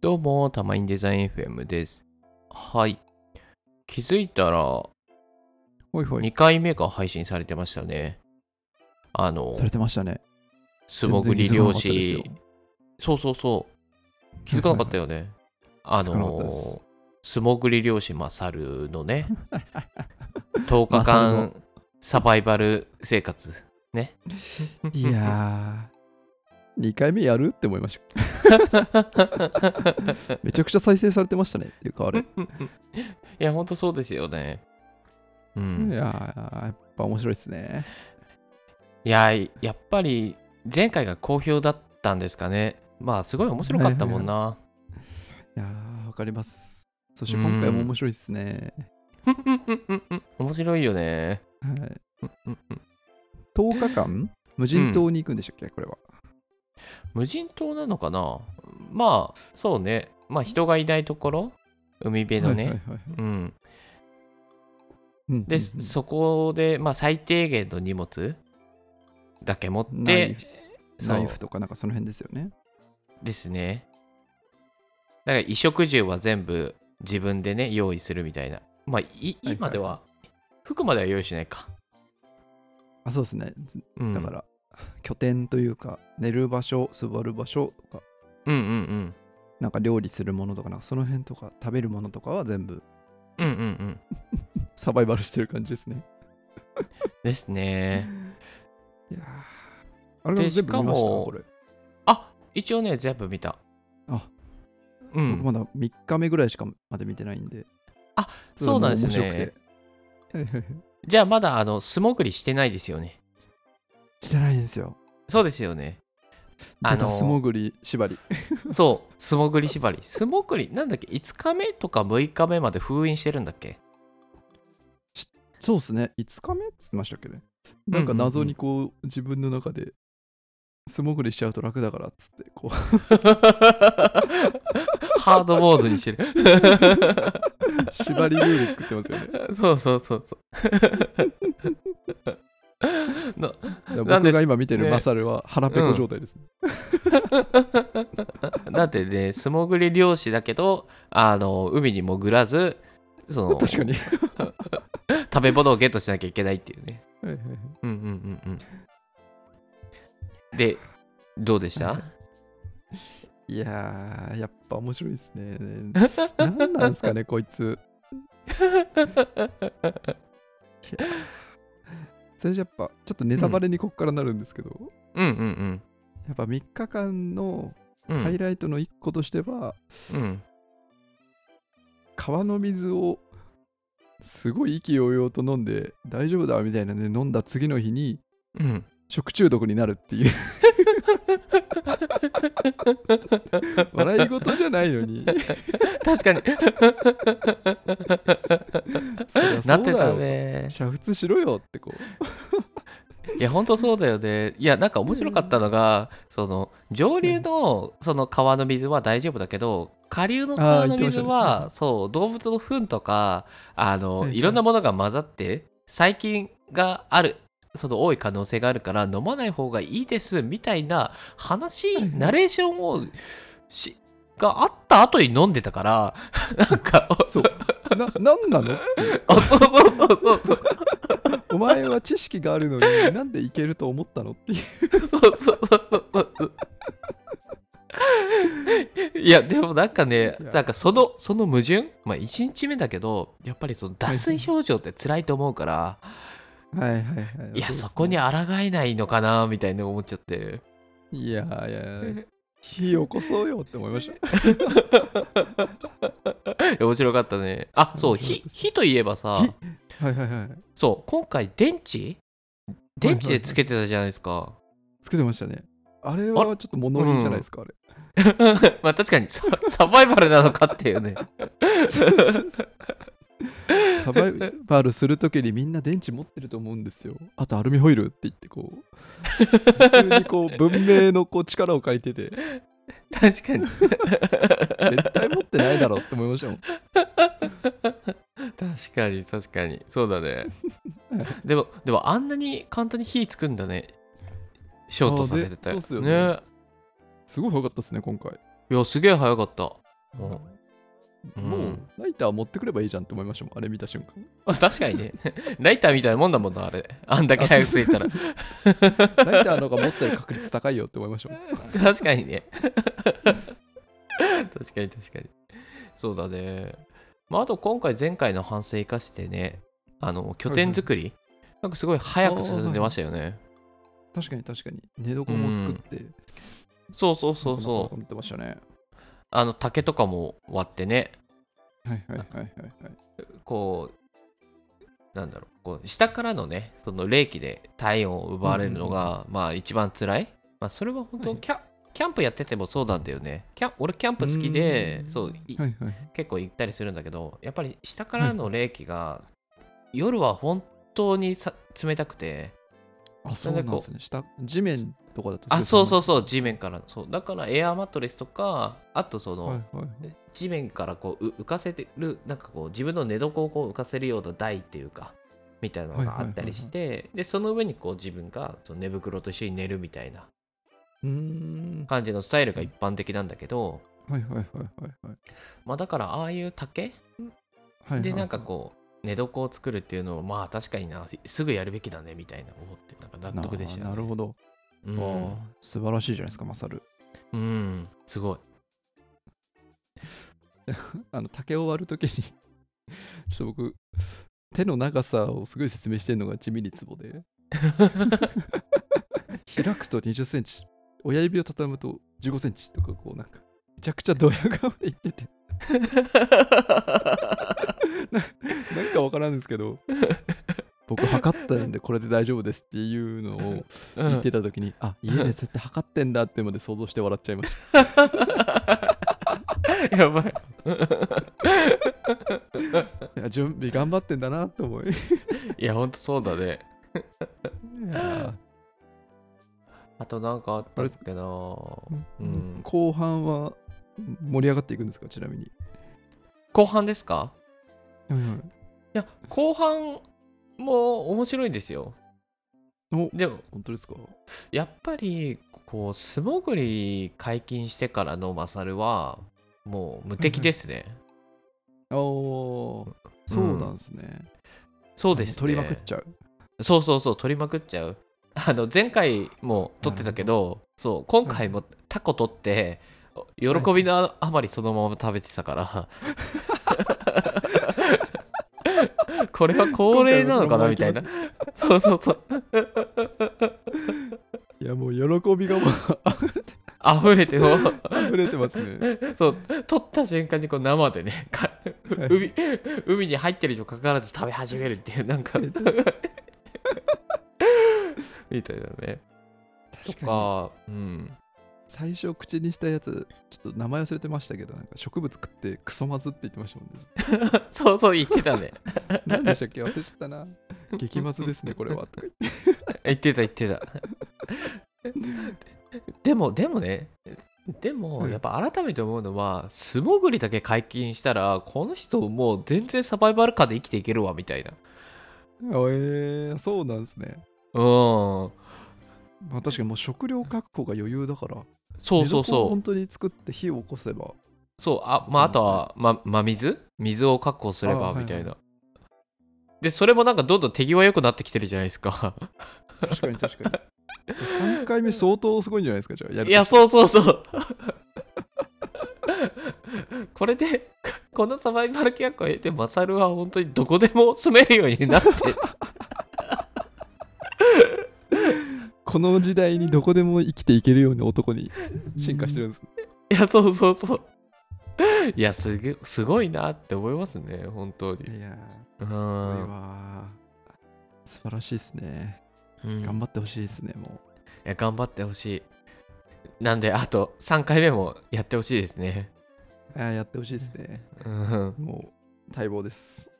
どうも、たまにデザイン FM です。はい。気づいたら、ほいほい。 2回目が配信されてましたね。あの、されてましたね。素潜り全然漁気づかなかったですよ師。そうそうそう。気づかなかったよね。あい気づかなかったですの、素潜り漁師マサルの ね、10日マサル間サバイバル生活。ね。 いやー、2回目やるって思いました。 めちゃくちゃ再生されてましたね。っていうか、あれ。い いや、ほんとそうですよね。うん。やー、やっぱ面白いですね。いやいやっぱり前回が好評だったんですかねまあすごい面白かったもんな、いやー、わかります。そして今回も面白いですね。面白いよねはい、うんうんうん10日間、無人島に行くんでしたっけ、これは。無人島なのかなまあそうねまあ人がいないところ海辺のね、はいはいはいうんうんうんで、そこでまあ最低限の荷物だけ持っナてイフそナイうフとかなんかその辺ですよね。ですねだから衣食住は全部自分でね用意するみたいなまあいはい今では、服までは用意しないかあ、そうですね。うんだから、拠点というか、寝る場所、座る場所とか、うんうんうんなんか料理するものとか、なんかその辺とか、食べるものとかは全部うんうんうんサバイバルしてる感じですね。ですねいやーあれでも全部見まししたかもこれ、あ一応ね全部見たあう僕んまだ3日目ぐらいしかまで見てないんで。あそうなんですね面白くて。じゃあまだあの素潜りしてないですよねしてないんですよ。そうですよねああのの素潜り縛り。そう素潜り縛り素潜りなんだっけ5日目とか6日目まで封印してるんだっけ そうですね。5日目っつってましたっけね。なんか謎にこう、自分の中で素潜りしちゃうと楽だからっつって、こう、ハードモードにしてる 縛りルール作ってますよね。 そうそうそうそうのだからなんで僕が今見てるねマサルは腹ペコ状態です、ねだってね、素潜り漁師だけど、あの海に潜らず、その確かに。食べ物をゲットしなきゃいけないっていうね。はいはいはいうんうんうんうん。で、どうでしたいやー、やっぱ面白いですね。 何なんですかね、こいつ。それじゃやっぱ、ちょっとネタバレにこっからなるんですけど、うんうんやっぱ3日間のうん。うんハイライトの1個としては、うん、川の水をすごい意気揚々と飲んで、大丈夫だみたいなね、飲んだ次の日にうん、食中毒になるっていう。 笑い事じゃないのに。確かにそりゃなっそうてだたよ。ね煮沸しろよってこう。いやほんとそうだよねいやなんか面白かったのがその上流のその川の水は大丈夫だけど下流の川の水あー言ってましたはねそう動物の糞とかあはいのはいいろんなものが混ざって細菌があるその多い可能性があるから飲まない方がいいですみたいな話はいはいナレーションをしがあった後に飲んでたから なんかそう。な、なんなのあそうそうそうそうそうお前は知識があるのに なんでいけると思ったのっていう。そうそうそうそうそう。いやでもなんかねいやなんかそのその矛盾まあ1日目だけどやっぱりその脱水症状って辛いと思うからはいはいはい。いやうですねそこに。抗えないのかなみたいな思っちゃっていやいや いや。火起こそうよって思いました。いや面白かったねあそう面白かっ火た火とですいえばさ火はいはいはい。そう今回電池電池でつけてたじゃないですかつけてましたね。あれはちょっと物言いじゃないですか、あれ。 まあ確かにササバイバルなのかっていうねサバイバルするときにみんな電池持ってると思うんですよ。あとアルミホイルって言ってこう。普通にこう文明のこう力を借りてて、確かに絶対持ってないだろうって思いましたもん。確かに確かにそうだ ねでもでもあんなに簡単に火つくんだねショートさせててあーねそうっすよねねすごい良かったですね、今回。いやすげえ早かったもううもうんライター持ってくればいいじゃんって思いましたもんあれ見た瞬間まあ確かに ねライターみたいなもんだもんなあれあんだけ早く着いたらライターの方が持ってる確率高いよって思いましたもん確かにね 確かに確かにそうだねまああと今回前回の反省生かしてねあの拠点作り、なんかすごい早く進んでましたよね、確かに確かに寝床も作って、そうそうそうそうう見てましたねあの竹とかも割ってねはいはいはいはいはいこうなんだろうこう下からのねその冷気で体温を奪われるのが、まあ一番辛いまあそれは本当はいキャ,、キャンプやっててもそうなんだよねキャン俺キャンプ好きでうんそういはいはい結構行ったりするんだけどやっぱり下からの冷気が、夜は本当にさ冷たくてあそうなんですね下地面とかだとあそうそううそう地面からそうだからエアーマットレスとかあとその、はいはいはい地面からこうう浮かせてるなんかこう自分の寝床をこう浮かせるような台っていうかみたいなのがあったりして、でその上にこう自分がその寝袋と一緒に寝るみたいなうーん感じのスタイルが一般的なんだけど、はいはいはいはいはいまあ、だからああいう竹はいはいでなんかこう寝床を作るっていうのをまあ確かになすぐやるべきだねみたいな思ってなんか納得でした、ね、ななるほど、うんわあ素晴らしいじゃないですかマサルうんす ごいあの竹を割るときに ちょっと僕手の長さをすごい説明してるのが地味にツ ボで開くと2 0センチ親指を畳むと1 5センチとかこうなんかめちゃくちゃドヤ顔で言ってて なんかわからんですけど僕測ったんでこれで大丈夫ですっていうのを言ってた時に、あ家でそうやって測ってんだってまで想像して笑っちゃいました やばいいや準備頑張ってんだなと思いいいやほんとそうだねやあとなんかあったんですけどー、うん後半は盛り上がっていくんですかちなみに、後半ですかいや後半も面白いんですよおでも本当ですかやっぱりこう素潜り解禁してからのマサルはもう無敵ですね、ああそうんうなんですね、そうですね取りまくっちゃうそうそうそう取りまくっちゃうあの前回も取ってたけどそう今回もタコ取って喜びのあまりそのまま食べてたからこれは恒例なのかなみたいなそうそうそういやもう喜びがもう 溢れてもう溢れてますねそう取った瞬間にこう生でねかはい海海に入ってるにもかかわらず食べ始めるっていうなんかみたいなねと確かにかうん最初口にしたやつちょっと名前忘れてましたけどなんか植物食ってクソまずって言ってましたもんねそうそう言ってたね何でしたっけ忘れちゃった な激まずですねこれはとか言って言ってた言ってた でもでもねでうもんやっぱ改めて思うのは素潜りだけ解禁したらこの人もう全然サバイバル感で生きていけるわみたいなあえー、そうなんですねうんまあ確かにもう食料確保が余裕だからそうそう寝床をそ本当に作って火を起こせばうそうあまああとは、ま、真水水を確保すれあばはいはいみたいな、でそれもなんかどんどん手際良くなってきてるじゃないですか確かに確かに3 回目相当すごいんじゃないですかじゃあやるいやそうそうそう これでこのサバイバル企画を経てマサルは本当にどこでも住めるようにな ってこの時代にどこでも生きていけるような男に進化してるんですねいや、そうそうそう。いや、すげすごいなって思いますね、本当に。いやうーこれん。は素晴らしいですねうん頑張ってほしいですねもいや頑張ってほしい。なんで、あと3回目もやってほしいですね。 うあーやってほしいですねうん。もう待望です